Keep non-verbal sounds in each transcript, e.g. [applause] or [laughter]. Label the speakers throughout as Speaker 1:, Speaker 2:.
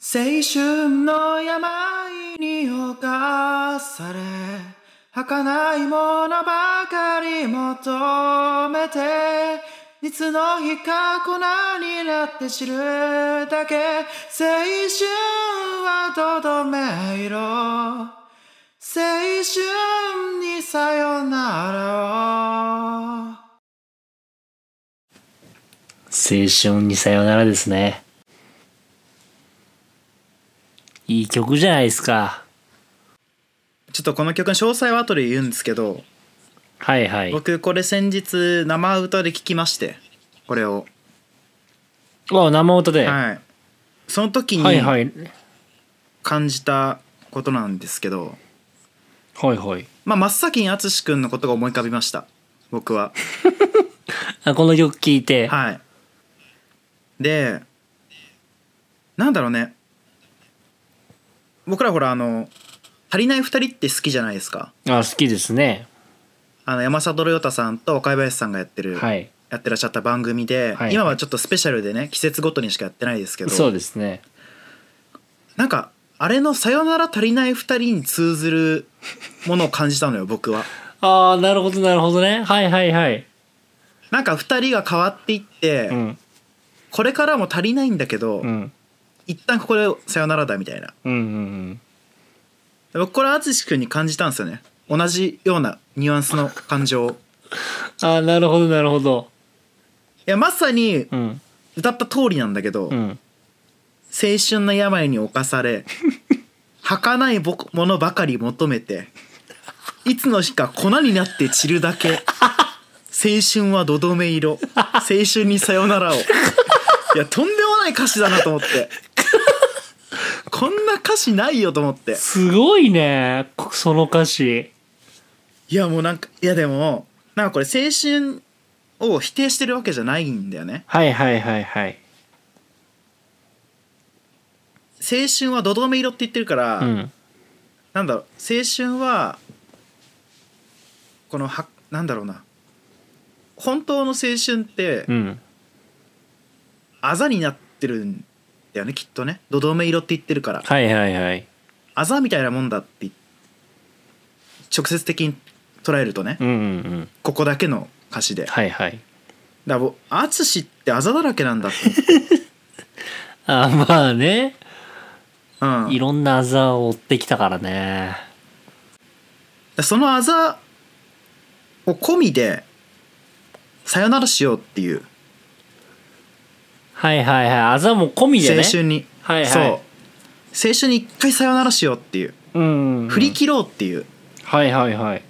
Speaker 1: 春の病に侵され儚いものばかり求めていつの日か粉になって知るだけ青春はとどめ色青春にさよならを
Speaker 2: 青春にさよならですね。いい曲じゃないですか。
Speaker 1: ちょっとこの曲の詳細は後で言うんですけど
Speaker 2: はいはい。
Speaker 1: 僕これ先日生歌で聴きましてこれを
Speaker 2: お生音で。は
Speaker 1: はいその時
Speaker 2: いはい。
Speaker 1: に
Speaker 2: はい
Speaker 1: 感じたことなんですけど、
Speaker 2: はい。
Speaker 1: まあ真っ先に淳君のことが思い浮かびました僕は
Speaker 2: あこの曲聴いて。
Speaker 1: はいでなんだろうね僕らほらあの「足りない二人」って好きじゃないですか
Speaker 2: あ好きですね。
Speaker 1: あの山里亮太さんと若林さんがやってる、
Speaker 2: はい。
Speaker 1: やってらっしゃった番組で、
Speaker 2: はい
Speaker 1: 今はちょっとスペシャルでね季節ごとにしかやってないですけど
Speaker 2: そうですね。
Speaker 1: なんかあれの「さよなら足りない二人」に通ずるものを感じたのよ僕は。
Speaker 2: ああ、なるほどなるほどね。はいはいはい。
Speaker 1: なんか二人が変わっていって、
Speaker 2: うん。
Speaker 1: これからも足りないんだけど、
Speaker 2: うん。
Speaker 1: 一旦ここでさよならだみたいな
Speaker 2: うんうんうん。
Speaker 1: 僕これ淳君に感じたんですよね同じようなニュアンスの感情を
Speaker 2: ああ、なるほどなるほど。
Speaker 1: いやまさに
Speaker 2: うん。
Speaker 1: 歌った通りなんだけど、
Speaker 2: う
Speaker 1: 青
Speaker 2: ん。
Speaker 1: 春の病に侵され儚いぼものばかり求めていつの日か粉になって散るだけ青春はどどめ色青春にさよならをいやとんでもない歌詞だなと思ってこんな歌詞ないよと思って
Speaker 2: すごいね。こその歌詞。
Speaker 1: いやもうなんかいやでもなんかこれ青春を否定してるわけじゃないんだよね
Speaker 2: はいはいはいはい。
Speaker 1: 青春はどどめ色って言ってるから、
Speaker 2: うん。
Speaker 1: なんだろう青春はこのはなんだろうな本当の青春って
Speaker 2: うん。
Speaker 1: あざになってるんだよねきっとねどどめ色って言ってるから
Speaker 2: はいはいはい。
Speaker 1: あざみたいなもんだって直接的に捉えるとね、
Speaker 2: うんうんうん。
Speaker 1: ここだけの歌詞でだか
Speaker 2: はいはい。
Speaker 1: ら僕淳ってあざだらけなんだって、
Speaker 2: あまあね。
Speaker 1: うん、
Speaker 2: いろんなあざを追ってきたからね。
Speaker 1: そのあざを込みでさよならしようっていう
Speaker 2: はいはいはい。あざも込みでね。
Speaker 1: 青春に、
Speaker 2: はいはい
Speaker 1: そう青春に一回さよならしようっていう
Speaker 2: うん、うん。
Speaker 1: 振り切ろうっていう、
Speaker 2: はいはいはい。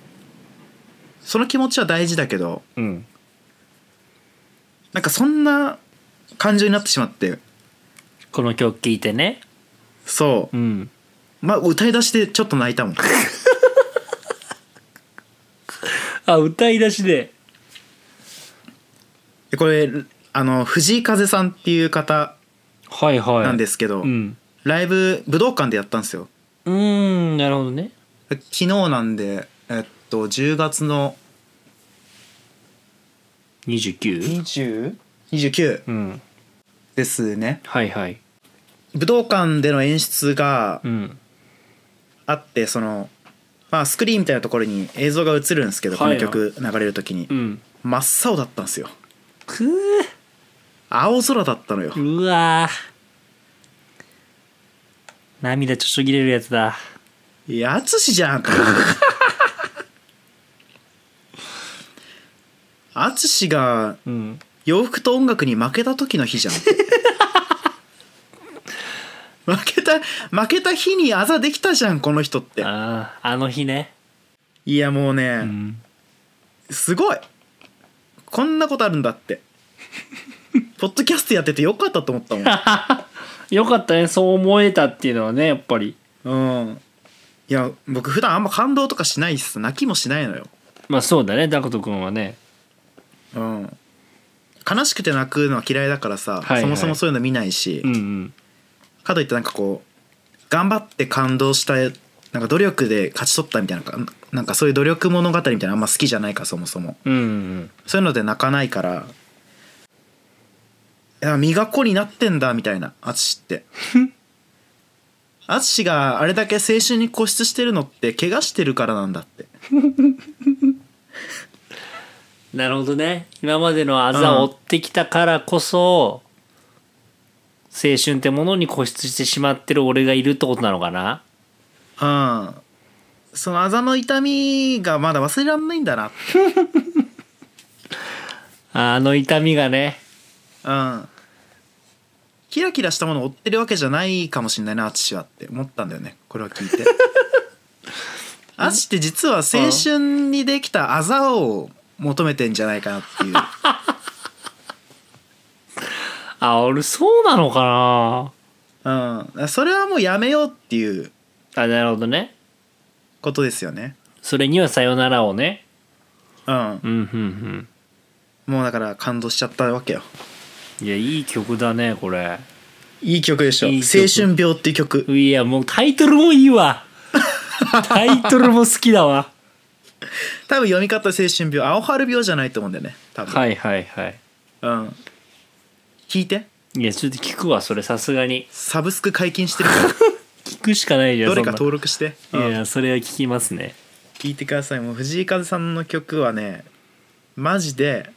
Speaker 1: その気持ちは大事だけど
Speaker 2: うん。
Speaker 1: なんかそんな感情になってしまって
Speaker 2: この曲聴いてね。
Speaker 1: そうう、
Speaker 2: ん。
Speaker 1: まあ、歌い出しでちょっと泣いたもん [laughs]
Speaker 2: あ、歌い出しで。
Speaker 1: でこれあの藤井風さんっていう方
Speaker 2: はいはい。
Speaker 1: なんですすけど、
Speaker 2: うん。
Speaker 1: ライブ武道館でやったんですよ
Speaker 2: うーん、なるほどね。
Speaker 1: 昨日なんでえっと10月の
Speaker 2: 29?
Speaker 1: 2029
Speaker 2: うん。
Speaker 1: ですね、
Speaker 2: はいはい。
Speaker 1: 武道館での演出が
Speaker 2: うん。
Speaker 1: あってその、まあ、スクリーンみたいなところに映像が映るんですけど、
Speaker 2: はいは
Speaker 1: こ
Speaker 2: い
Speaker 1: の曲流れる時に、
Speaker 2: うん。
Speaker 1: 真っ青だったんですよ
Speaker 2: くー。
Speaker 1: 青空だったのよ
Speaker 2: うわー。涙ちょちょぎれるやつだ。
Speaker 1: いや淳じゃんと淳が
Speaker 2: うん。
Speaker 1: 洋服と音楽に負けた時の日
Speaker 2: [laughs]
Speaker 1: じゃん負けた負けた日にあざできたじゃんこの人って
Speaker 2: ああ、あの日ね。
Speaker 1: いやもうね、
Speaker 2: うん。
Speaker 1: すごいこんなことあるんだってポッドキャストやっててよかったと思った
Speaker 2: よかったね。そう思えたっていうのはね、やっぱり。 [laughs]
Speaker 1: もんうんいや僕普段あんま感動とかしないっす泣きもしないのよ
Speaker 2: まあそうだね、ダコト君はね。
Speaker 1: うん悲しくて泣くのは嫌いだからさ、
Speaker 2: はいはい
Speaker 1: そもそもそういうの見ないし、
Speaker 2: うんうん。
Speaker 1: かといってなんかこう頑張って感動したなんか努力で勝ち取ったみたいななんかなんかそういう努力物語みたいなのあんま好きじゃないからそもそも
Speaker 2: うんうん。
Speaker 1: そういうので泣かないからいや身が粉になってんだみたいな淳って淳があれだけ青春に固執してるのって怪我してるからなんだって
Speaker 2: なるほどね今までのあざを追ってきたからこそ、青春ってものに固執してしまってる俺がいるってことなのかな
Speaker 1: うんそのあざの痛みがまだ忘れらんないんだな
Speaker 2: あの痛みがね
Speaker 1: うんキラキラしたものを追ってるわけじゃないかもしれないな淳はって思ったんだよねこれは聞いて淳って実は青春にできたあざを求めてんじゃないかなっていう
Speaker 2: あ俺そうなのかな
Speaker 1: うんそれはもうやめようっていう
Speaker 2: あなるほどね
Speaker 1: ことですよね
Speaker 2: それにはさよならをね
Speaker 1: うん
Speaker 2: うんうん
Speaker 1: もうだから感動しちゃったわけよ
Speaker 2: うんいやいい曲だねこれ
Speaker 1: いい曲でしょ
Speaker 2: いい曲
Speaker 1: 青春病っていう曲
Speaker 2: いやもうタイトルもいい [laughs] わタイトルも好きだわ
Speaker 1: 多分読み方青春病青春病じゃないと思うんだよね多分、
Speaker 2: はいはいはい
Speaker 1: うん聞いて
Speaker 2: いやちょっと聞くわそれさすがに
Speaker 1: サブスク解禁してるから
Speaker 2: 聞くしかないじゃん
Speaker 1: どれか
Speaker 2: そんな
Speaker 1: 登録して、
Speaker 2: い
Speaker 1: うん
Speaker 2: やそれは聞きますね
Speaker 1: 聞いてくださいもう藤井風さんの曲はねマジで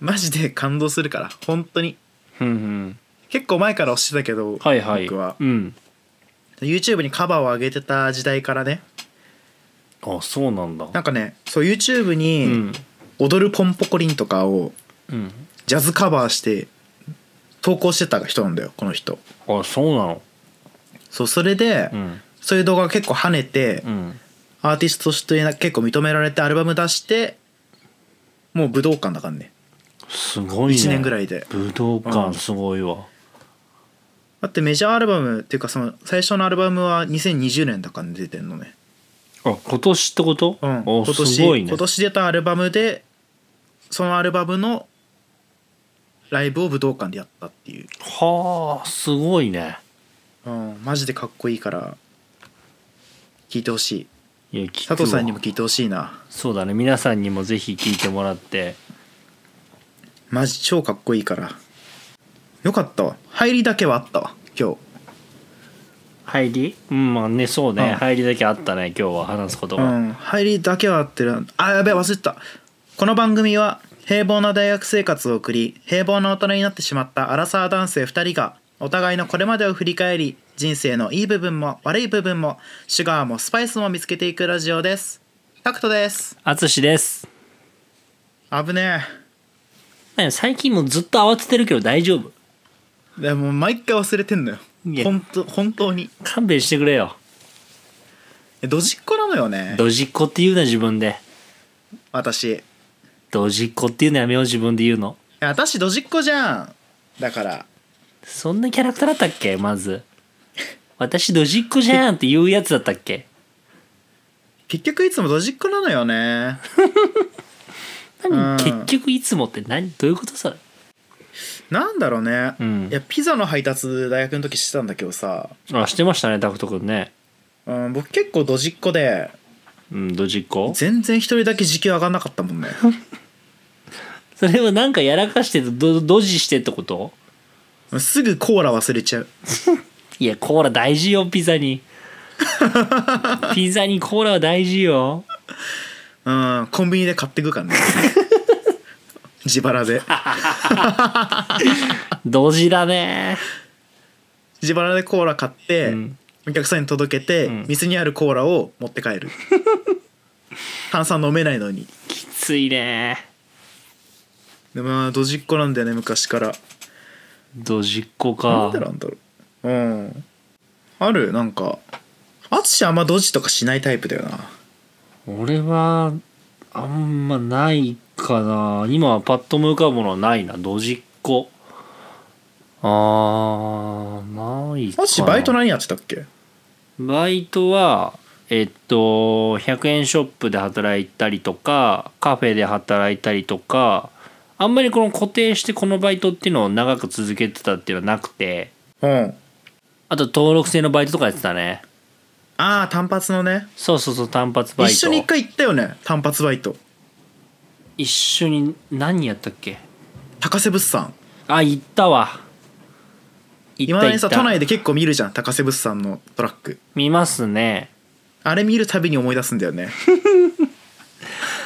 Speaker 1: マジで感動するから本当に
Speaker 2: うんうん
Speaker 1: 結構前から推してたけど、
Speaker 2: はいはい
Speaker 1: 僕は
Speaker 2: うん、
Speaker 1: YouTube にカバーを上げてた時代からね
Speaker 2: あそうなんだ
Speaker 1: なんかねそう YouTube
Speaker 2: う
Speaker 1: に
Speaker 2: ん
Speaker 1: 「踊るポンポコリン」とかを
Speaker 2: うん
Speaker 1: ジャズカバーして投稿してた人なんだよこの人
Speaker 2: あそうなの
Speaker 1: そうそれで、
Speaker 2: うん
Speaker 1: そういう動画が結構跳ねて、
Speaker 2: うん
Speaker 1: アーティストとして結構認められてアルバム出してもう武道館だからね
Speaker 2: すごいね
Speaker 1: 1年ぐらいで
Speaker 2: 武道
Speaker 1: うん
Speaker 2: 館すごいわ、
Speaker 1: だってメジャーアルバムっていうかその最初のアルバムは2020年だからね出てんのね、
Speaker 2: あ今年ってこと、
Speaker 1: うん、
Speaker 2: お
Speaker 1: 今年
Speaker 2: すごいね
Speaker 1: 今年出たアルバムでそのアルバムのライブを武道館でやったっていう、
Speaker 2: はあすごいね
Speaker 1: うん、マジでかっこいいから聞いてほしい
Speaker 2: いや聞くわ
Speaker 1: 佐藤さんにも聞いてほしいな
Speaker 2: そうだね皆さんにもぜひ聞いてもらって
Speaker 1: マジ超かっこいいからよかったわ入りだけはあったわ今日
Speaker 2: 入りうんまあねそうね、
Speaker 1: うん
Speaker 2: 入りだけあったね今日は話すこと
Speaker 1: う
Speaker 2: が、
Speaker 1: ん入りだけは合ってるあやべえ忘れてたこの番組は平凡な大学生活を送り平凡な大人になってしまったアラサー男性2人がお互いのこれまでを振り返り人生のいい部分も悪い部分もシュガーもスパイスも見つけていくラジオですタクトです
Speaker 2: あつしです
Speaker 1: 危ね
Speaker 2: ね最近もうずっと慌ててるけど大丈夫
Speaker 1: えでも毎回忘れてんのよ
Speaker 2: いや
Speaker 1: 本当本当に
Speaker 2: 勘弁してくれよ
Speaker 1: えドジっ子なのよね
Speaker 2: ドジっ子って言うな自分で
Speaker 1: 私い
Speaker 2: ドジっ子っていうのやめよう自分で言うの
Speaker 1: や私ドジっ子じゃんだから
Speaker 2: そんなキャラクターだったっけまず私ドジっ子じゃんって言うやつだったっけ
Speaker 1: 結局いつもドジっ子なのよねう
Speaker 2: 何
Speaker 1: ん
Speaker 2: 結局いつもって何どういうことそれ
Speaker 1: なんだろうね、
Speaker 2: うん
Speaker 1: いやピザの配達大学の時してたんだけどさ、
Speaker 2: あしてましたねタクト君ね
Speaker 1: うん、僕結構ドジっ子で
Speaker 2: うんドジっ子
Speaker 1: 全然一人だけ時給上がんなかったもん
Speaker 2: [laughs]
Speaker 1: ね
Speaker 2: それはなんかやらかしてドドジしてってこと
Speaker 1: すぐコーラ忘れちゃう
Speaker 2: いやコーラ大事よピザ [laughs] にピザにコーラは大事よ
Speaker 1: うんコンビニで買ってくからね
Speaker 2: [laughs]
Speaker 1: 自腹で
Speaker 2: ドジだね
Speaker 1: 自腹でコーラ買って、
Speaker 2: うん
Speaker 1: お客さんに届けて、
Speaker 2: ん
Speaker 1: 店にあるコーラを持って
Speaker 2: [laughs]
Speaker 1: 帰る炭酸飲めないのに
Speaker 2: きついね
Speaker 1: でまあドジっ子なんだよね昔から
Speaker 2: ドジっ子
Speaker 1: なん
Speaker 2: か
Speaker 1: でなんだろううんあるなんか淳あんまドジとかしないタイプだよな
Speaker 2: 俺はあんまないかな今はパッと思い浮かぶものはないなドジっ子あーないかな
Speaker 1: マジバイト何やってたっけ
Speaker 2: バイトはえっと100円ショップで働いたりとかカフェで働いたりとかあんまりこの固定してこのバイトっていうのを長く続けてたっていうのはなくて
Speaker 1: うん
Speaker 2: あと登録制のバイトとかやってたね
Speaker 1: ああ単発のね
Speaker 2: そうそうそう単発バイ
Speaker 1: 一
Speaker 2: ト
Speaker 1: 緒に一回行ったよね単発バイト
Speaker 2: 一緒に何やったっけ
Speaker 1: 高瀬物産
Speaker 2: あ行ったわ行
Speaker 1: い
Speaker 2: っ
Speaker 1: ま
Speaker 2: た
Speaker 1: だに
Speaker 2: 行
Speaker 1: さ
Speaker 2: っ
Speaker 1: 都内
Speaker 2: た
Speaker 1: で結構見るじゃん高瀬物産のトラック
Speaker 2: 見ますね
Speaker 1: あれ見るたびに思い出すんだよね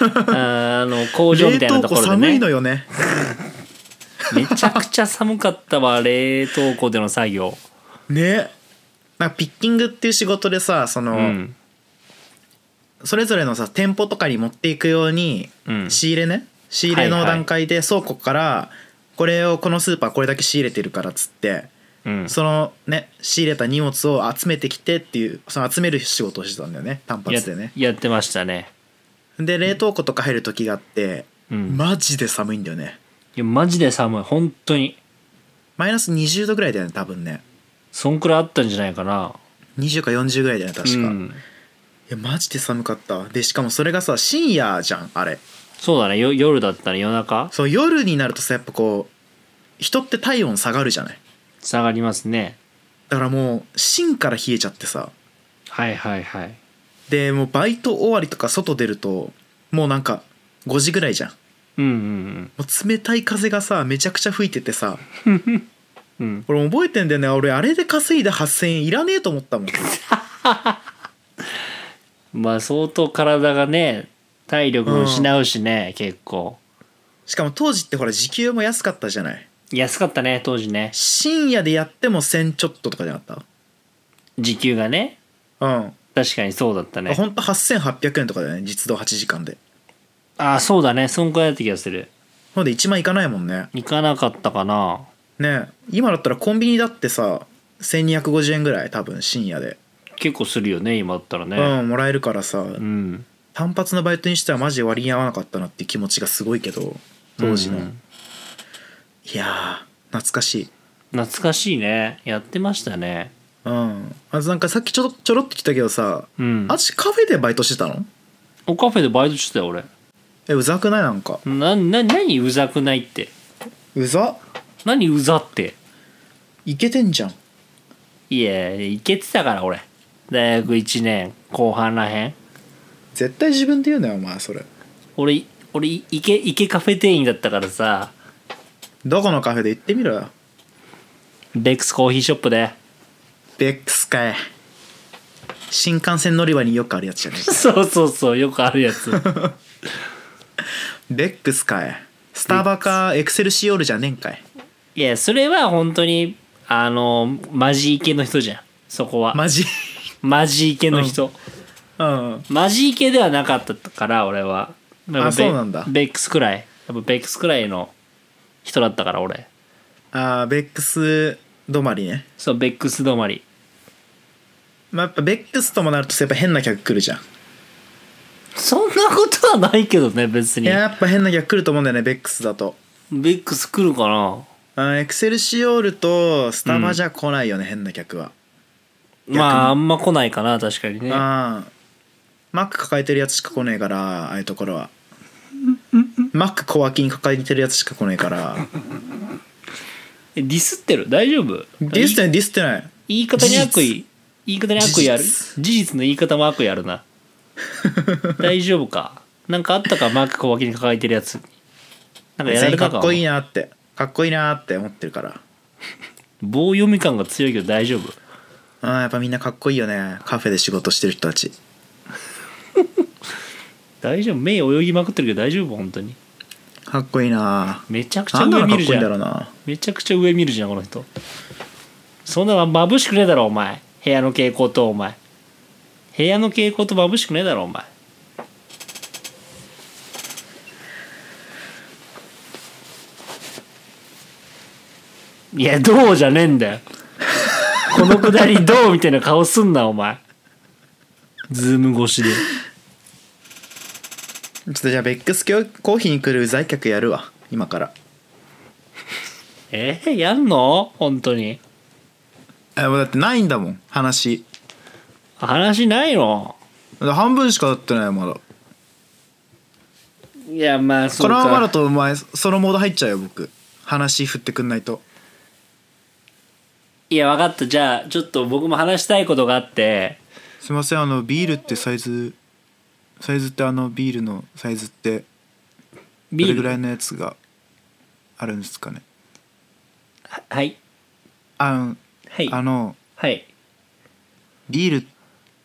Speaker 2: あの工場み
Speaker 1: 冷
Speaker 2: たいな
Speaker 1: 凍庫
Speaker 2: ところで
Speaker 1: 寒い
Speaker 2: ね
Speaker 1: のよね
Speaker 2: めちゃくちゃ寒かったわ冷凍庫での作業
Speaker 1: ねなんかピッキングっていう仕事でさその、
Speaker 2: うん
Speaker 1: それぞれのさ店舗とかに持っていくように、
Speaker 2: うん
Speaker 1: 仕入れね仕入れ
Speaker 2: は
Speaker 1: の
Speaker 2: いはい
Speaker 1: 段階で倉庫からこれをこのスーパーこれだけ仕入れてるからっつって
Speaker 2: うん
Speaker 1: そのね仕入れた荷物を集めてきてっていうその集める仕事をしてたんだよね単
Speaker 2: や
Speaker 1: 発でね
Speaker 2: やってましたね
Speaker 1: で冷凍庫とか入る時があって、
Speaker 2: うん
Speaker 1: マジで寒いんだよね
Speaker 2: いやマジで寒い本当に
Speaker 1: マイナス20度ぐらいだよね多分ね
Speaker 2: そんくらいあったんじゃないかな
Speaker 1: 20か40ぐらいだよね確か、
Speaker 2: う
Speaker 1: い
Speaker 2: ん
Speaker 1: やマジで寒かったわでしかもそれがさ深夜じゃんあれ
Speaker 2: そうだねよ夜だったら夜中
Speaker 1: そう夜になるとさやっぱこう人って体温下がるじゃない
Speaker 2: 下がりますね
Speaker 1: だからもう芯から冷えちゃってさ
Speaker 2: はいはいはい
Speaker 1: でもうバイト終わりとか外出るともうなんか5時ぐらいじゃん
Speaker 2: うんうん
Speaker 1: もう冷たい風がさめちゃくちゃ吹いててさ
Speaker 2: うんうん
Speaker 1: 俺覚えてんだよね俺あれで稼いだ8,000円いらねえと思ったもん
Speaker 2: まあ相当体がね体力を失うしね、結構
Speaker 1: しかも当時ってほら時給も安かったじゃない
Speaker 2: 安かったね当時ね
Speaker 1: 深夜でやっても1000ちょっととかじゃなかっ
Speaker 2: 時給がね
Speaker 1: たうん、
Speaker 2: 確かにそうだったね
Speaker 1: ほんと8800円とかだよね実働8時間で
Speaker 2: ああそうだねそんくらいだった気がする
Speaker 1: ほんで1万いかないもんね
Speaker 2: 行かなかったかな
Speaker 1: ねえ今だったらコンビニだってさ1250円ぐらい多分深夜で、
Speaker 2: 結構するよね今だったらね
Speaker 1: うんもらえるからさ、
Speaker 2: うん
Speaker 1: 単発のバイトにしてはマジで割に合わなかったなっていう気持ちがすごいけど当時の、
Speaker 2: うんうん
Speaker 1: いやー懐かしい
Speaker 2: 懐かしいねやってましたね
Speaker 1: うんあとなんかさっきちょろちょろっと来たけどさ、
Speaker 2: うん
Speaker 1: あっちカフェでバイトしてたの
Speaker 2: おカフェでバイトしてたよ俺
Speaker 1: えうざくないなんか
Speaker 2: なな何うざくないって
Speaker 1: うざ
Speaker 2: 何うざって
Speaker 1: いけてんじゃん
Speaker 2: いや行けてたから俺大学1年後半らへん
Speaker 1: 絶対自分で言うなよお前それ
Speaker 2: 俺俺行け行けカフェ店員だったからさ
Speaker 1: どこのカフェで行ってみろよ
Speaker 2: ベックスコーヒーショップで [laughs]
Speaker 1: ベックスかい新幹線乗り場によくあるやつじゃねえか
Speaker 2: そうそうそうよくあるやつ
Speaker 1: ベックスかいスタバかエクセルシオールじゃねえんかい
Speaker 2: いやそれは本当にあのマジイケの人じゃんそこは
Speaker 1: マジ [laughs]
Speaker 2: マジイケの人、
Speaker 1: うん
Speaker 2: マジイケではなかったから俺はやっぱベ
Speaker 1: そうなんだ
Speaker 2: ベックスくらいやっぱベックスくらいの人だったから俺
Speaker 1: あーベックス止まりね
Speaker 2: そうベックス止まり
Speaker 1: まあ、やっぱベックスともなるとやっぱ変な客来るじゃん、
Speaker 2: そんなことはないけどね別に
Speaker 1: やっぱ変な客来ると思うんだよねベックスだと
Speaker 2: ベックス来るかな
Speaker 1: あエクセルシオールとスタバじゃ来ないよね、変な客は
Speaker 2: まああんま来ないかな確かにね
Speaker 1: ああマック抱えてるやつしか来ねえからああいうところはマック小脇に抱えてるやつしか来ねえから
Speaker 2: えディスってる大丈夫
Speaker 1: ディスってないディスってない
Speaker 2: 言い方に悪意言い方に悪意ある
Speaker 1: 事
Speaker 2: 事実の言い方も悪意ある [laughs] な大丈夫かなんかあったかマーク小脇に抱えてるやつなんかやら
Speaker 1: 全
Speaker 2: れ
Speaker 1: 員かっ
Speaker 2: たか
Speaker 1: こいいなってかっこいいなって思ってるから
Speaker 2: 棒読み感が強いけど大丈夫
Speaker 1: ああやっぱみんなかっこいいよねカフェで仕事してる人たち
Speaker 2: 大丈夫目泳ぎまくってるけど大丈夫本当に
Speaker 1: かっこいいな
Speaker 2: めちゃくち
Speaker 1: な
Speaker 2: ゃ
Speaker 1: んだ
Speaker 2: 上
Speaker 1: ろう
Speaker 2: 見
Speaker 1: かっ
Speaker 2: る
Speaker 1: こいい
Speaker 2: じゃ
Speaker 1: んだ
Speaker 2: ん
Speaker 1: ろうな
Speaker 2: めちゃくちゃ上見るじゃんこの人そんなまぶしくねえだろお前部屋の蛍光とお前部屋の蛍光とまぶしくねえだろお前いやどうじゃねえんだよこのくだりどうみたいな顔すんなお前ズーム越しで
Speaker 1: ちょっとじゃあベックスコーヒーに来るうざい客やるわ今から
Speaker 2: えー、やんの本当に
Speaker 1: えもうだってないんだもん話
Speaker 2: 話ないの
Speaker 1: 半分しか経ってないよまだ
Speaker 2: いやまあそ
Speaker 1: こ
Speaker 2: う
Speaker 1: の
Speaker 2: か
Speaker 1: ままだとお前そのモード入っちゃうよ僕話振ってくんないと
Speaker 2: いや分かったじゃあちょっと僕も話したいことがあって
Speaker 1: すいませんあのビールってサイズサイズってあのビールのサイズってど
Speaker 2: ビ
Speaker 1: れ
Speaker 2: ー
Speaker 1: ぐ
Speaker 2: ル
Speaker 1: らいのやつがあるんですかね
Speaker 2: はい
Speaker 1: あの
Speaker 2: はい
Speaker 1: あの
Speaker 2: はい
Speaker 1: ビール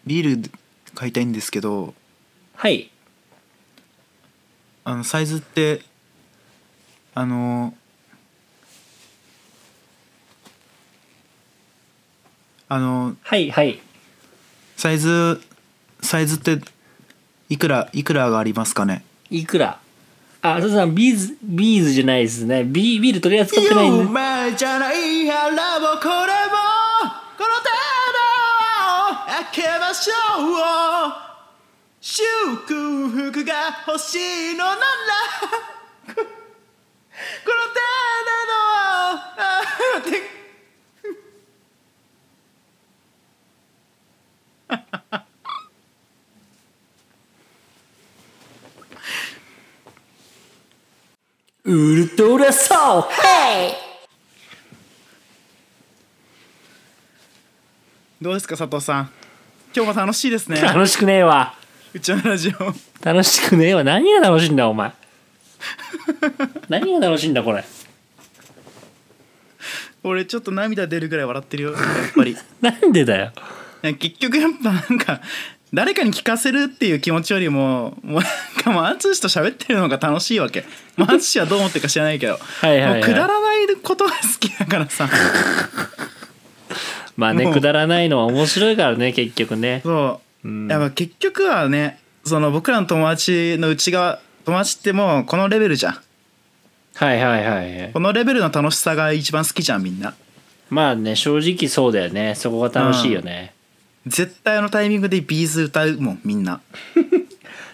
Speaker 1: ビール買いたいんですけど
Speaker 2: はい
Speaker 1: あのサイズってあのあの
Speaker 2: はいはい
Speaker 1: サイズサイズっていくらいくらがありますかね
Speaker 2: いくらあ佐藤さんビーズビーズじゃないですねビービール取り扱ってないね
Speaker 1: 夢じゃない腹もこれもこの手の開けましょう祝福が欲しいのならここの手なのあ待って
Speaker 2: ウルトラソウヘイ
Speaker 1: [laughs] どうですか佐藤さん今日も楽しいです
Speaker 2: [laughs]
Speaker 1: ね
Speaker 2: 楽しくねえわ
Speaker 1: うちのラジオ
Speaker 2: 楽しくねえわ何が楽しいんだ
Speaker 1: [laughs]
Speaker 2: お前何が楽しいんだこれ
Speaker 1: 俺ちょっと涙出るぐらい笑ってるよやっぱり
Speaker 2: なんでだよ
Speaker 1: 結局やっぱなんか誰かに聞かせるっていう気持ちよりももうなんかもうアンツーシと喋ってるのが楽しいわけもうアンツーシはどう思ってるか知らないけど
Speaker 2: はいはいは
Speaker 1: も
Speaker 2: い
Speaker 1: うくだらないことが好きだからさ
Speaker 2: まあね
Speaker 1: もう
Speaker 2: くだらないのは面白いからね結局ね
Speaker 1: そう、やっぱ結局はねその僕らの友達の内側友達ってもうこのレベルじゃん
Speaker 2: はいはいはいはい
Speaker 1: このレベルの楽しさが一番好きじゃんみんな
Speaker 2: まあね正直そうだよねそこが楽しいよね、
Speaker 1: 絶対あのタイミングでビーズ歌うもんみんな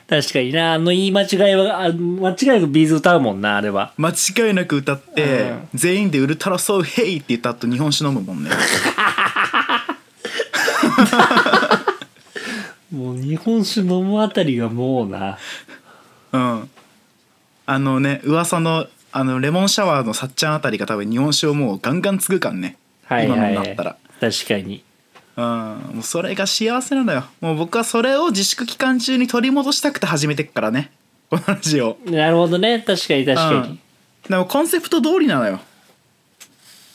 Speaker 2: 確かになあの言い間違いはあ間違いなくビーズ歌うもんなあれは
Speaker 1: 間違いなく歌って、
Speaker 2: うん
Speaker 1: 全員で「ウルトラソウヘイ」って言った後日本酒飲むもんね
Speaker 2: もう日本酒飲むあたりがもうな
Speaker 1: うんあのね噂のあのレモンシャワーのさっちゃんあたりが多分日本酒をもうガンガン継ぐかんね、
Speaker 2: はいはい、
Speaker 1: 今の
Speaker 2: は、
Speaker 1: ないったら
Speaker 2: 確かに
Speaker 1: うんもうそれが幸せなのよもう僕はそれを自粛期間中に取り戻したくて始めてっからねこのラジオ
Speaker 2: なるほどね確かに確かに、
Speaker 1: でもコンセプト通りなのよ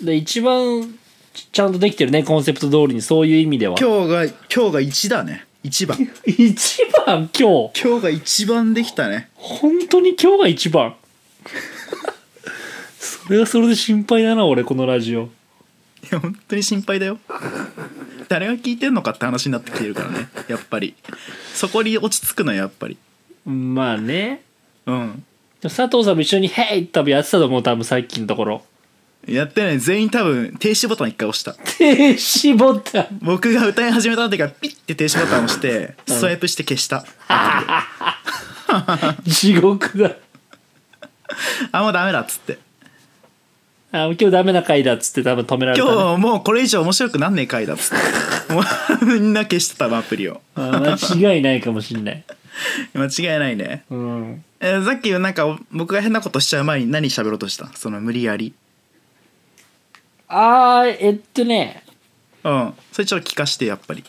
Speaker 2: で一番ちちゃんとできてるねコンセプト通りにそういう意味では
Speaker 1: 今日が今日が1だね1番
Speaker 2: [laughs] 一番今日
Speaker 1: 今日が一番できたね
Speaker 2: 本当に今日が一番 [laughs] それはそれで心配だな俺このラジオ
Speaker 1: いや本当に心配だよ誰が聞いてんのかって話になってきてるからねやっぱりそこに落ち着くのよやっぱり
Speaker 2: まあね
Speaker 1: うん
Speaker 2: でも佐藤さんも一緒に「ヘイ!」多分やってたと思う多分さっきのところ [laughs]
Speaker 1: やってない全員多分停止ボタン一回押した
Speaker 2: 停止ボタン
Speaker 1: 僕が歌い始めた時からピッて停止ボタン押してスワイプして消した
Speaker 2: 地獄だ
Speaker 1: あもうダメだっつって
Speaker 2: あ今日ダメな回だっつって多分止められた、ね、
Speaker 1: 今日もうこれ以上面白くなんねえ回だっつってもうみんな消してたわアプリを
Speaker 2: あ間違いないかもしんない
Speaker 1: 間違いないね、
Speaker 2: うん
Speaker 1: えーさっきなんか僕が変なことしちゃう前に何喋ろうとしたその無理やり
Speaker 2: あーえっとね
Speaker 1: うんそれちょっと聞かしてやっぱり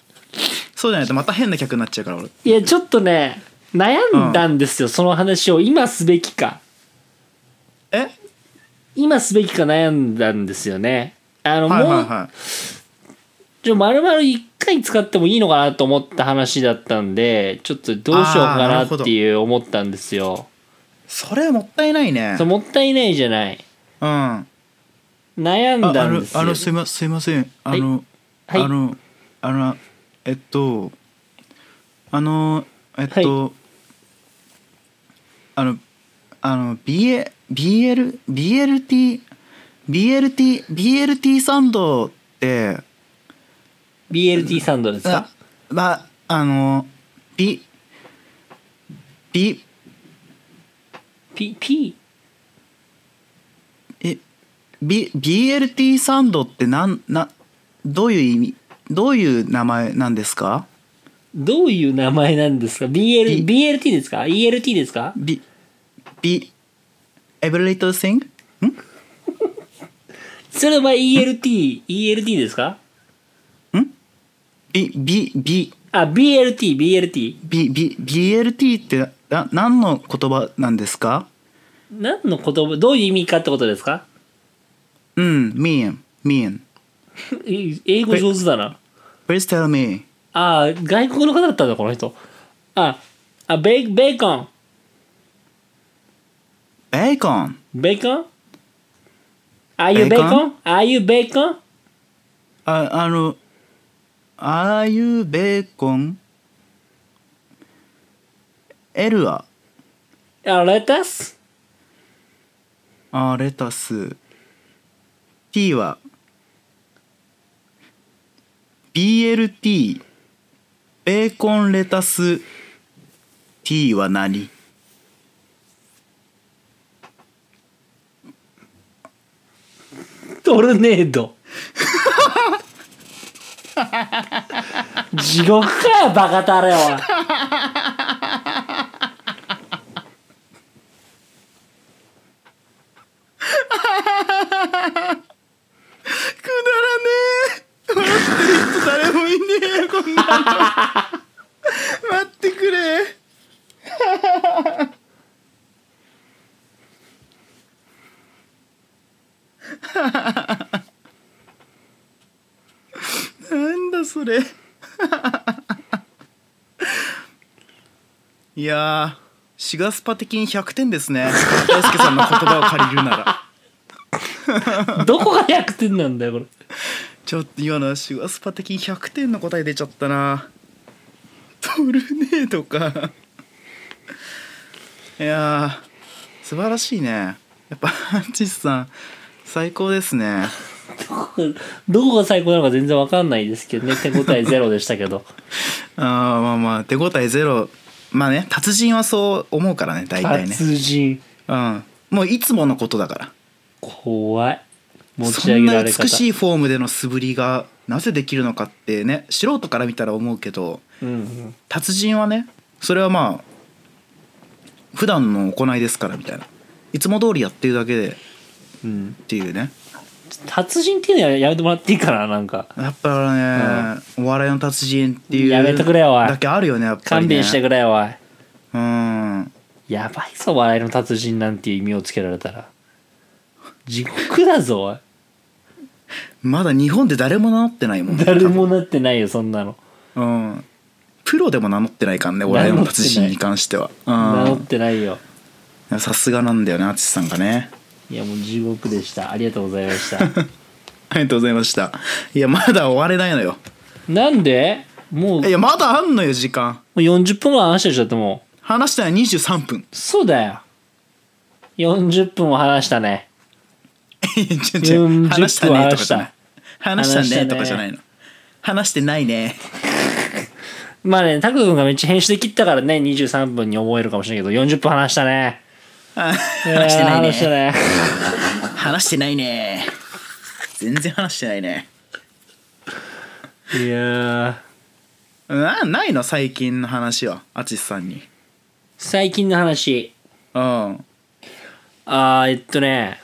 Speaker 1: そうじゃないとまた変な客になっちゃうから俺
Speaker 2: いやちょっとね悩んだんですよ、その話を今すべきか
Speaker 1: え
Speaker 2: 今すべきか悩んだんですよねあの、
Speaker 1: はいはい
Speaker 2: もう
Speaker 1: はい
Speaker 2: ちょ丸々一回使ってもいいのかなと思った話だったんでちょっとどうしようか
Speaker 1: あーな
Speaker 2: な
Speaker 1: るほ
Speaker 2: っ
Speaker 1: ど
Speaker 2: ていう思ったんですよ
Speaker 1: それもったいないね
Speaker 2: そうもったいないじゃない
Speaker 1: うんあ
Speaker 2: 悩
Speaker 1: あ
Speaker 2: んだん
Speaker 1: の
Speaker 2: ですよ
Speaker 1: あのすいませんすいませんあの、
Speaker 2: はい
Speaker 1: あのあのえっとあのえっと、あのあの BA BL BLT BLT BLT サンドって
Speaker 2: BLT サンドですか
Speaker 1: あまああの B B
Speaker 2: P P
Speaker 1: え B BLT サンドってなんなどういう意味どういう名前なんですか
Speaker 2: どういう名前なんですか ?BL、BLT ですか ?ELT ですか
Speaker 1: B B every little thing ん
Speaker 2: それは ELT、ELT ですか
Speaker 1: B B B
Speaker 2: あ、BLT、BLT。
Speaker 1: B B BLT ってな何の言葉なんですか
Speaker 2: 何の言葉、どういう意味かってことですか
Speaker 1: うん mean mean
Speaker 2: え英語上手だな
Speaker 1: Please tell me
Speaker 2: ああ外国の方だったんだこの人ああベーベーコン
Speaker 1: ベーコン
Speaker 2: ベーコン Are you
Speaker 1: ベーコ
Speaker 2: bacon? Are you bacon?
Speaker 1: ああの Are you bacon? エルア
Speaker 2: Uh, lettuce?
Speaker 1: あレタス T は BLT ベーコンレタス T は何
Speaker 2: トルネード地獄かよバカたれおい
Speaker 1: くだらねえ待ってる人誰もいねえよこんなの待ってくれなんだそれいやーシガスパ的に100点ですね大輔さんの言葉を借りるなら
Speaker 2: どこが100点なんだよこれ
Speaker 1: ちょっと今のはシュガスパ的に100点の答え出ちゃったなトルネードかいやー素晴らしいねやっぱハンチスさん最高ですね
Speaker 2: どこがどこが最高なのか全然わかんないですけどね手応えゼロでし
Speaker 1: [laughs]
Speaker 2: たけど
Speaker 1: あーまあまあ手応えゼロまあね達人はそう思うからね大体ね
Speaker 2: 達人
Speaker 1: うんもういつものことだから
Speaker 2: 怖い持ち
Speaker 1: そ
Speaker 2: 上
Speaker 1: ん
Speaker 2: げら
Speaker 1: な
Speaker 2: れ
Speaker 1: 美
Speaker 2: 方
Speaker 1: しいフォームでの素振りがなぜできるのかってね素人から見たら思うけど
Speaker 2: うんうん、
Speaker 1: 達人はねそれはまあ普段の行いですからみたいないつも通りやってるだけで
Speaker 2: うん、
Speaker 1: っていうね
Speaker 2: 達人っていうのはやめてもらっていいかななんか
Speaker 1: やっぱね、お笑いの達人っていう
Speaker 2: やめてくれよおい
Speaker 1: だけあるよねやっぱり、ね、
Speaker 2: 勘弁してくれよおい
Speaker 1: うん
Speaker 2: やばいぞ笑いの達人なんていう意味をつけられたら地獄だぞおい
Speaker 1: まだ日本で誰も名乗ってないもん
Speaker 2: 誰もなってないよそんなの
Speaker 1: うんプロでも名乗ってないからねお笑いの達人に関しては
Speaker 2: 名乗
Speaker 1: う
Speaker 2: っ
Speaker 1: ん
Speaker 2: てないよ
Speaker 1: さすがなんだよね淳さんがね
Speaker 2: いやもう地獄でしたありがとうございました
Speaker 1: ありがとうございましたいやまだ終われないのよ
Speaker 2: なんでもう
Speaker 1: いやまだあんのよ時間
Speaker 2: もう40分ぐらい話したでしょだっても
Speaker 1: 話したのは23分
Speaker 2: うそうだよ40分も話したね
Speaker 1: [laughs] いやちょちょ
Speaker 2: 40
Speaker 1: 話したねとかじゃない話
Speaker 2: 話
Speaker 1: し
Speaker 2: したた
Speaker 1: ねとかじゃないの話してないね
Speaker 2: まあね拓君がめっちゃ編集で切ったからね23分に覚えるかもしれないけど40分話したね
Speaker 1: あ話してない
Speaker 2: やー話した
Speaker 1: ね
Speaker 2: ね
Speaker 1: 話してないね全然話してないね
Speaker 2: いやー
Speaker 1: なないの最近の話は淳さんに
Speaker 2: 最近の話
Speaker 1: うん
Speaker 2: あーえっとね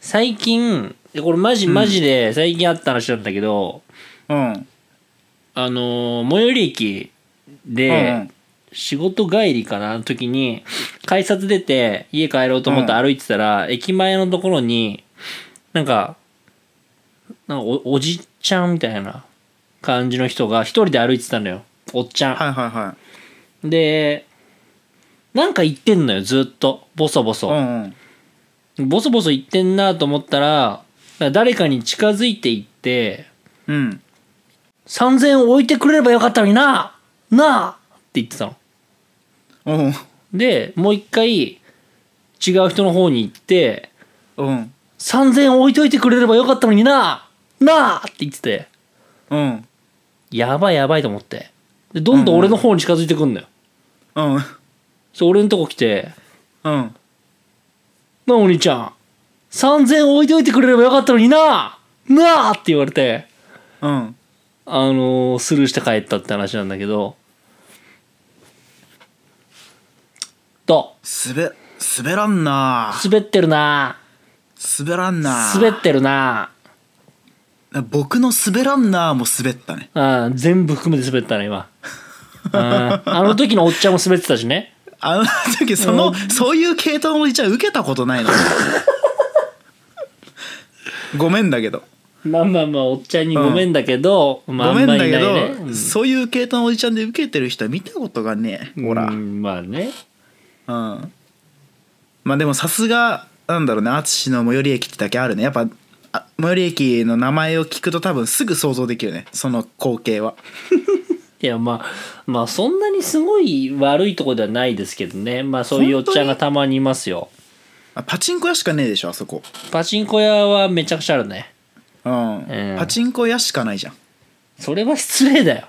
Speaker 2: 最近いやこれマジマジで最近あった話なんだけど、
Speaker 1: うん
Speaker 2: あのー最寄り駅
Speaker 1: う
Speaker 2: で
Speaker 1: ん
Speaker 2: 仕事帰りかなの時に改札出て家帰ろうと思って
Speaker 1: うん
Speaker 2: 歩いてたら、駅前のところになんかなんかおおじちゃんみたいな感じの人が一人で歩いてたのよおっちゃん、
Speaker 1: はいはいは
Speaker 2: でなんか言ってんのよずっとボソボ
Speaker 1: い
Speaker 2: ソ、
Speaker 1: うんうん
Speaker 2: ボソボソ言ってんなと思ったら、誰かに近づいていって、
Speaker 1: うん
Speaker 2: 3000円置いてくれればよかったのにななあって言ってたの。
Speaker 1: うん
Speaker 2: で、もう一回、違う人の方に行って、
Speaker 1: うん
Speaker 2: 3000円置いといてくれればよかったのにななあって言ってて、
Speaker 1: うん
Speaker 2: やばいやばいと思って。で、どんどん俺の方に近づいてくんのよ。
Speaker 1: うん
Speaker 2: そう、俺のとこ来て、
Speaker 1: うん
Speaker 2: なあお兄ちゃん、3000円置いといてくれればよかったのにななあって言われて、
Speaker 1: うん
Speaker 2: あのースルーして帰ったって話なんだけどと
Speaker 1: すべ滑らんな
Speaker 2: 滑ってるな
Speaker 1: 滑らんな
Speaker 2: 滑ってるな
Speaker 1: 僕の滑らんなも滑ったね
Speaker 2: うん全部含めて滑った
Speaker 1: [laughs]
Speaker 2: な今うんあの時のおっちゃんも滑ってたしね
Speaker 1: あの時その、そういう系統のおじちゃん受けたことないの [laughs] ごめんだけど
Speaker 2: まあまあまあおっちゃんにごめんだけど、まあ
Speaker 1: ごめんだけど、
Speaker 2: あまりないねうん
Speaker 1: そういう系統のおじちゃんで受けてる人は見たことがねえほら、
Speaker 2: うんまあね
Speaker 1: うん、まあでもさすがなんだろうね淳の最寄り駅ってだけあるねやっぱあ最寄り駅の名前を聞くと多分すぐ想像できるねその光景はい
Speaker 2: やまあまあそんなにすごい悪いとこではないですけどねまあそういうおっちゃんがたまにいますよ
Speaker 1: あパチンコ屋しかねえでしょあそこ、
Speaker 2: パチンコ屋はめちゃくちゃあるね
Speaker 1: うん
Speaker 2: ん
Speaker 1: パチンコ屋しかないじゃん
Speaker 2: それは失礼だよ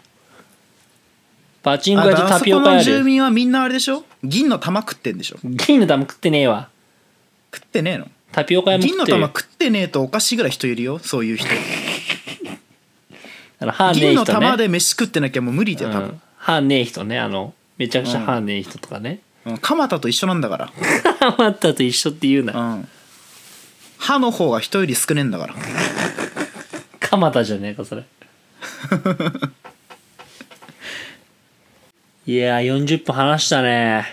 Speaker 2: パチンコ
Speaker 1: あ
Speaker 2: 屋
Speaker 1: だ
Speaker 2: と
Speaker 1: からあ
Speaker 2: タ
Speaker 1: そ
Speaker 2: ピ
Speaker 1: こ
Speaker 2: オカ
Speaker 1: の
Speaker 2: 屋
Speaker 1: 住
Speaker 2: で
Speaker 1: 民はみんなあれでしょ銀の玉食ってんでしょ
Speaker 2: 銀の玉食ってねえわ
Speaker 1: 食ってねえの
Speaker 2: タピオカ屋も
Speaker 1: 銀
Speaker 2: 食
Speaker 1: の
Speaker 2: ってる
Speaker 1: 玉食ってねえとおかしいぐらい人いるよそういう人
Speaker 2: あの歯ねえ
Speaker 1: 銀の
Speaker 2: 人
Speaker 1: 玉
Speaker 2: ね
Speaker 1: で飯食ってなきゃもう無理だよ多
Speaker 2: う
Speaker 1: 分
Speaker 2: ん、歯ねえ人ねあのめちゃくちゃ歯ねえ人とかね、 [laughs]
Speaker 1: うん、蒲田と一緒なんだから
Speaker 2: ハマったと一緒って言うな
Speaker 1: うん歯の方が人より少ねえんだから
Speaker 2: 蒲田じゃねえか [laughs] それいやー40分話したね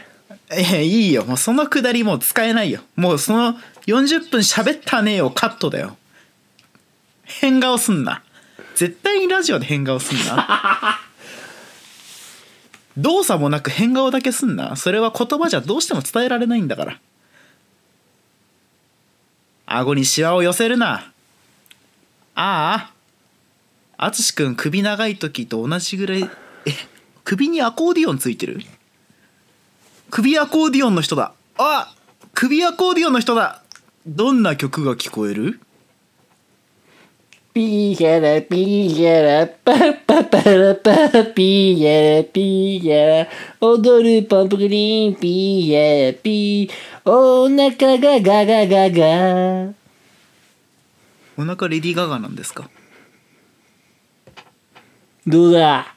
Speaker 1: いやいいよもうそのくだりもう使えないよもうその40分喋ったねよカットだよ変顔すんな絶対にラジオで変顔すんな動作もなく変顔だけすんなそれは言葉じゃどうしても伝えられないんだから顎にシワを寄せるなああ淳君首長い時と同じぐらいえ首にアコーディオンついてる首アコーディオンの人だあ首アコーディオンの人だどんな曲が聞こえる
Speaker 2: ピーゲラピーゲラパッパッパラパッピーゲラピーゲラ踊るポンプグリーンピーゲラピーお腹がガガガガ
Speaker 1: お腹レディー・ガガなんですか
Speaker 2: どうだ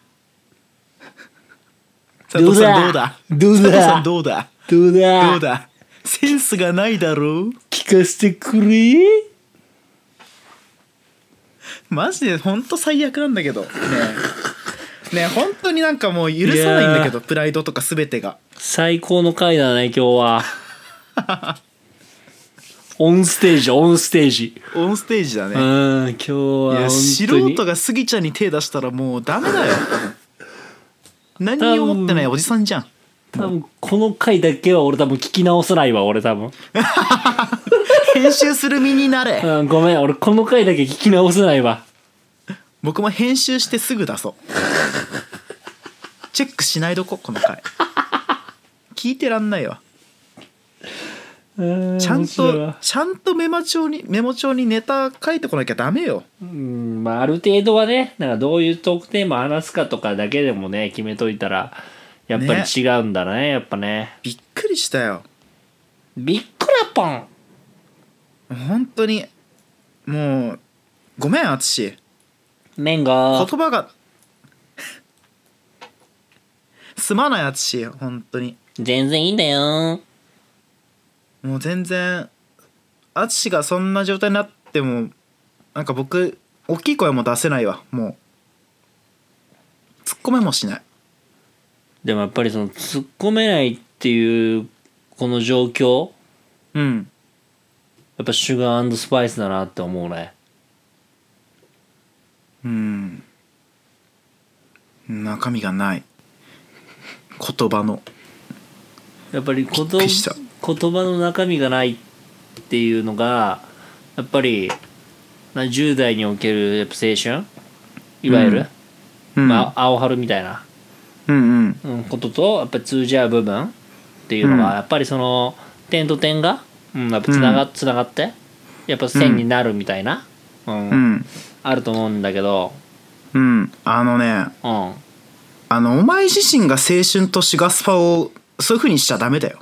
Speaker 1: 佐藤さんど
Speaker 2: ど
Speaker 1: う
Speaker 2: う
Speaker 1: だ
Speaker 2: だどう
Speaker 1: 佐
Speaker 2: だ
Speaker 1: 藤さんどうだ
Speaker 2: どうだ
Speaker 1: どうだセンスがないだろう
Speaker 2: 聞かせてくれ
Speaker 1: マジでほんと最悪なんだけどねえねえ本当になんかもう許さないんだけどプライドとか全てが
Speaker 2: 最高の回だね今日は
Speaker 1: [laughs]
Speaker 2: オンステージオンステージ
Speaker 1: オンステージだ
Speaker 2: う
Speaker 1: ね
Speaker 2: ん今
Speaker 1: い
Speaker 2: 日
Speaker 1: や
Speaker 2: は
Speaker 1: 素
Speaker 2: 本当に
Speaker 1: 人がスギちゃんに手出したらもうダメだよ何にも持ってないおじさんじゃん
Speaker 2: 多分この回だけは俺多分聞き直さないわ俺多分、
Speaker 1: 編集する身になれ
Speaker 2: うん、ごめん俺この回だけ聞き直さないわ
Speaker 1: 僕も編集してすぐ出そうチェックしないどここの回聞いてらんないわ
Speaker 2: うん
Speaker 1: ちゃん
Speaker 2: 面白い
Speaker 1: と
Speaker 2: わ
Speaker 1: ちゃんとメモ帳にメモ帳にネタ書いてこなきゃダメよ
Speaker 2: うんまあある程度はねなんかどういうトークテーマ話すかとかだけでもね決めといたらやっぱり
Speaker 1: ね
Speaker 2: 違うんだねやっぱね
Speaker 1: びっくりしたよ
Speaker 2: びっくらぽん
Speaker 1: 本当にもうごめん淳
Speaker 2: メンゴ
Speaker 1: 言
Speaker 2: ー
Speaker 1: 葉がすまない淳本当に
Speaker 2: 全然いいんだよ
Speaker 1: もう全然淳がそんな状態になってもなんか僕大きい声も出せないわもう突っ込めもしない
Speaker 2: でもやっぱりその突っ込めないっていうこの状況
Speaker 1: うん
Speaker 2: やっぱシュガースパイスだなって思うね
Speaker 1: うん中身がない言葉の
Speaker 2: やっぱり言
Speaker 1: びっくりした
Speaker 2: 言葉の中身がないっていうのがやっぱりな10代におけるやっぱ青春いわゆる、
Speaker 1: うん、
Speaker 2: まあ、青春みたいな、
Speaker 1: うんうん
Speaker 2: うん、こととやっぱり通じ合う部分っていうのが、
Speaker 1: うん
Speaker 2: やっぱりその点と点が、うん、やっぱつなが,、つながってやっぱ線になるみたいな、うん
Speaker 1: うん
Speaker 2: あると思うんだけど、
Speaker 1: うんあのね
Speaker 2: うん、
Speaker 1: あのお前自身が青春とシュガスパをそういう風にしちゃダメだよ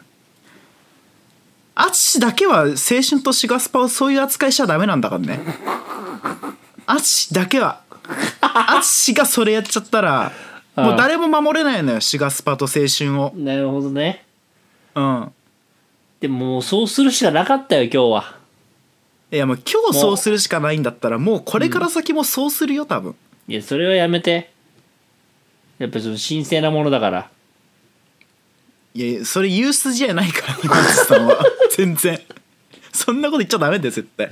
Speaker 1: 淳だけは青春とシュガスパをそういう扱いしちゃダメなんだからね淳だけは淳がそれやっちゃったらもう誰も守れないのよシュガスパと青春を
Speaker 2: なるほどね
Speaker 1: うん
Speaker 2: でももうそうするしかなかったよ今日はい
Speaker 1: やもう今日そうするしかないんだったらもうこれから先もそうするよ多分
Speaker 2: いやそれはやめてやっぱりその神聖なものだから
Speaker 1: いやいやそれ言う [laughs] 筋合いないから今内さんは全然そんなこと言っちゃダメだよ絶対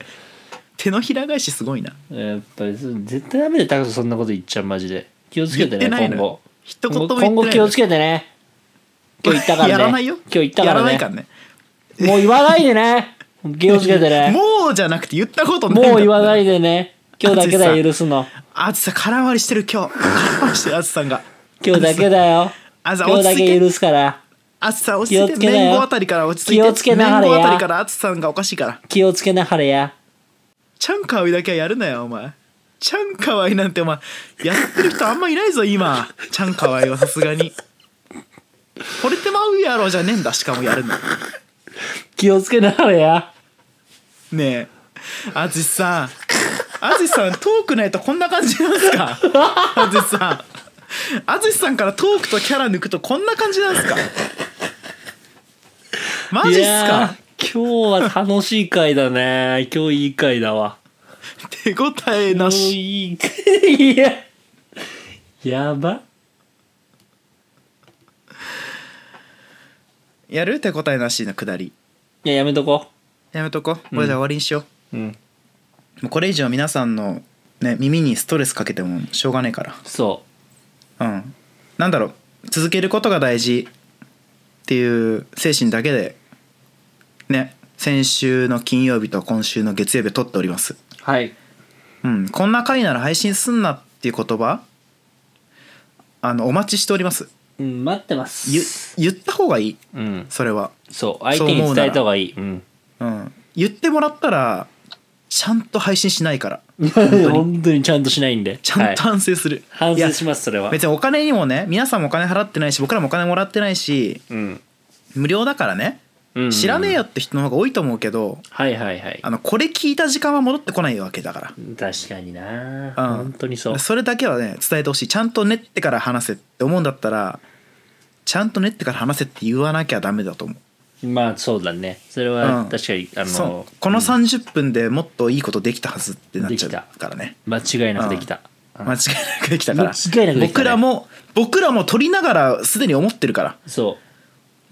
Speaker 1: 手のひら返しすごいな
Speaker 2: やっぱりそう絶対ダメでタクトそんなこと言っちゃうマジで気をつけて
Speaker 1: 言
Speaker 2: ね
Speaker 1: ってないの
Speaker 2: 今後
Speaker 1: 一言も言ってない
Speaker 2: 今後気をつけてね今日言ったからね
Speaker 1: やらないよ
Speaker 2: 今日言ったか
Speaker 1: や
Speaker 2: ら
Speaker 1: らな
Speaker 2: ね
Speaker 1: いからね
Speaker 2: もう言わないでね気をつけて
Speaker 1: [laughs]
Speaker 2: ね
Speaker 1: もうじゃなくて言ったことない
Speaker 2: もう言わないいでね今日だけだよ許すの
Speaker 1: あずさ空回りしてる今日空回りしてるあずさんが
Speaker 2: 今日だけだよ
Speaker 1: あずさ
Speaker 2: 今
Speaker 1: 落
Speaker 2: 日だ
Speaker 1: ち着い
Speaker 2: け
Speaker 1: て
Speaker 2: 許すから
Speaker 1: あずさ落ち着い
Speaker 2: 気
Speaker 1: て
Speaker 2: をつけなよ
Speaker 1: 年後あたりから落ち着いて
Speaker 2: 気をつけなはれや
Speaker 1: 年後あたりからあずさんがおかしいから
Speaker 2: 気をつけなはれや
Speaker 1: チャンカワイだけはやるなよお前チャンカワイなんてお前やってる人あんまいないぞ今チャンカワイはさすがに惚れてまうやろじゃねえんだしかもやるの
Speaker 2: 気をつけなはれや
Speaker 1: ねえあずさんあずさんトークないとこんな感じなんですかあずさんあずさんからトークとキャラ抜くとこんな感じなんですかマジっす
Speaker 2: いや
Speaker 1: か
Speaker 2: ー今日は楽しい回だね今日いい回だわ
Speaker 1: 手応えな
Speaker 2: もう
Speaker 1: し
Speaker 2: いいかいややば
Speaker 1: やる手応えなしのくだり
Speaker 2: いややめとこ
Speaker 1: やめとここれじゃ終わりにしよう、
Speaker 2: ううん
Speaker 1: もうこれ以上皆さんの、ね、耳にストレスかけてもしょうがないか
Speaker 2: そ
Speaker 1: らうんなんだろう続けることが大事っていう精神だけでね先週の金曜日と今週の月曜日を撮っております
Speaker 2: うはい
Speaker 1: うんこんな回なら配信すんなっていう言葉あのお待ちしております
Speaker 2: うん待ってま
Speaker 1: ゆ
Speaker 2: す
Speaker 1: 言った方がいい
Speaker 2: うん
Speaker 1: それは
Speaker 2: そう相手に伝えた方がいいうん
Speaker 1: うん言ってもらったらちゃんと配信しないから
Speaker 2: [laughs] 本当にちゃんとしないんで
Speaker 1: ちゃんと
Speaker 2: はい
Speaker 1: 反省する、
Speaker 2: 反
Speaker 1: いや
Speaker 2: 省しますそれは
Speaker 1: 別にお金にもね皆さんもお金払ってないし僕らもお金もらってないし
Speaker 2: うん
Speaker 1: 無料だからね
Speaker 2: うん
Speaker 1: 知らねえよって人の方が多いと思うけど
Speaker 2: はいはいはい
Speaker 1: あのこれ聞いた時間は戻ってこないわけだか
Speaker 2: 確かにな
Speaker 1: ら、うん、
Speaker 2: 本当にそう
Speaker 1: それだけはね伝えてほしいちゃんと練ってから話せって思うんだったらちゃんと練ってから話せって言わなきゃダメだと思う
Speaker 2: まあそうだねそれ
Speaker 1: う
Speaker 2: は
Speaker 1: ん
Speaker 2: 確かにあ
Speaker 1: そ
Speaker 2: の
Speaker 1: うこの30分でもっといいことできたはずってなっちゃう
Speaker 2: できた
Speaker 1: からね
Speaker 2: 間違いなくできた
Speaker 1: 間違いなくできたから
Speaker 2: 間違いなくできたね
Speaker 1: 僕らも僕らも撮りながらすでに思ってるから
Speaker 2: そ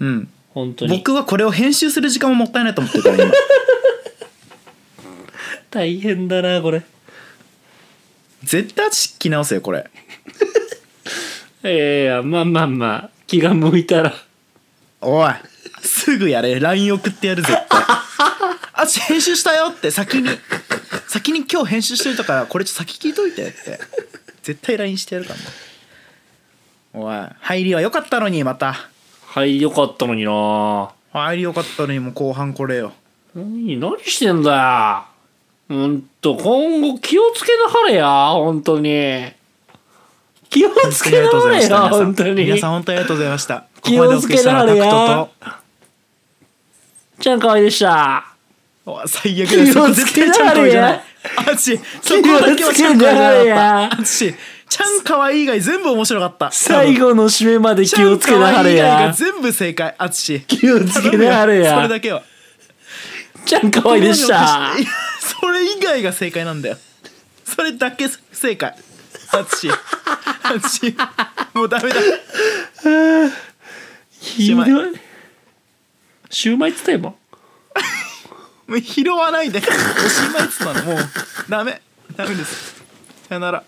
Speaker 2: う
Speaker 1: うん
Speaker 2: 本当に
Speaker 1: 僕はこれを編集する時間ももったいないと思ってる
Speaker 2: [laughs]
Speaker 1: から今
Speaker 2: 大変だなこれ
Speaker 1: 絶対聞き直せよこれ
Speaker 2: ええまあまあまあ気が向いたら
Speaker 1: おいすぐやれ LINE 送ってや
Speaker 2: [laughs]
Speaker 1: る絶対あっ編集したよって先に先に今日編集しといたからこれちょっと先聞いといてって絶対 LINE してやるからなおい入りは良かったのにまた
Speaker 2: はいよかったのにな
Speaker 1: 入り良かったのにもう後半これよ
Speaker 2: 何何してんだよほんと今後気をつけなはれやほんとに気をつけなはれやほんとに
Speaker 1: 皆さん本当にありがとうございました
Speaker 2: 気をつけなはれや
Speaker 1: ここまでお送りしたのはタク
Speaker 2: ちゃんかわいでした
Speaker 1: トとおい最悪です
Speaker 2: 気をつけなはれ
Speaker 1: 絶対ちゃん
Speaker 2: や
Speaker 1: とじゃないあっちそこだけはちゃんかわいじゃなかったあっちちゃんかわい以外全部面白かった
Speaker 2: 最後の締めまで気をつけなはれや
Speaker 1: 全部正解、あつし。
Speaker 2: 気をつけなはれや
Speaker 1: それだけは。
Speaker 2: ちゃんかわいでした
Speaker 1: いやそれ以外が正解なんだよ。それだけ正解。あつし。あつし。もうダメだ。
Speaker 2: [laughs] ひどいシューマイっつったよ今
Speaker 1: もう拾わないで。おしまいっつなの。もう、ダメ。ダメです。さよなら。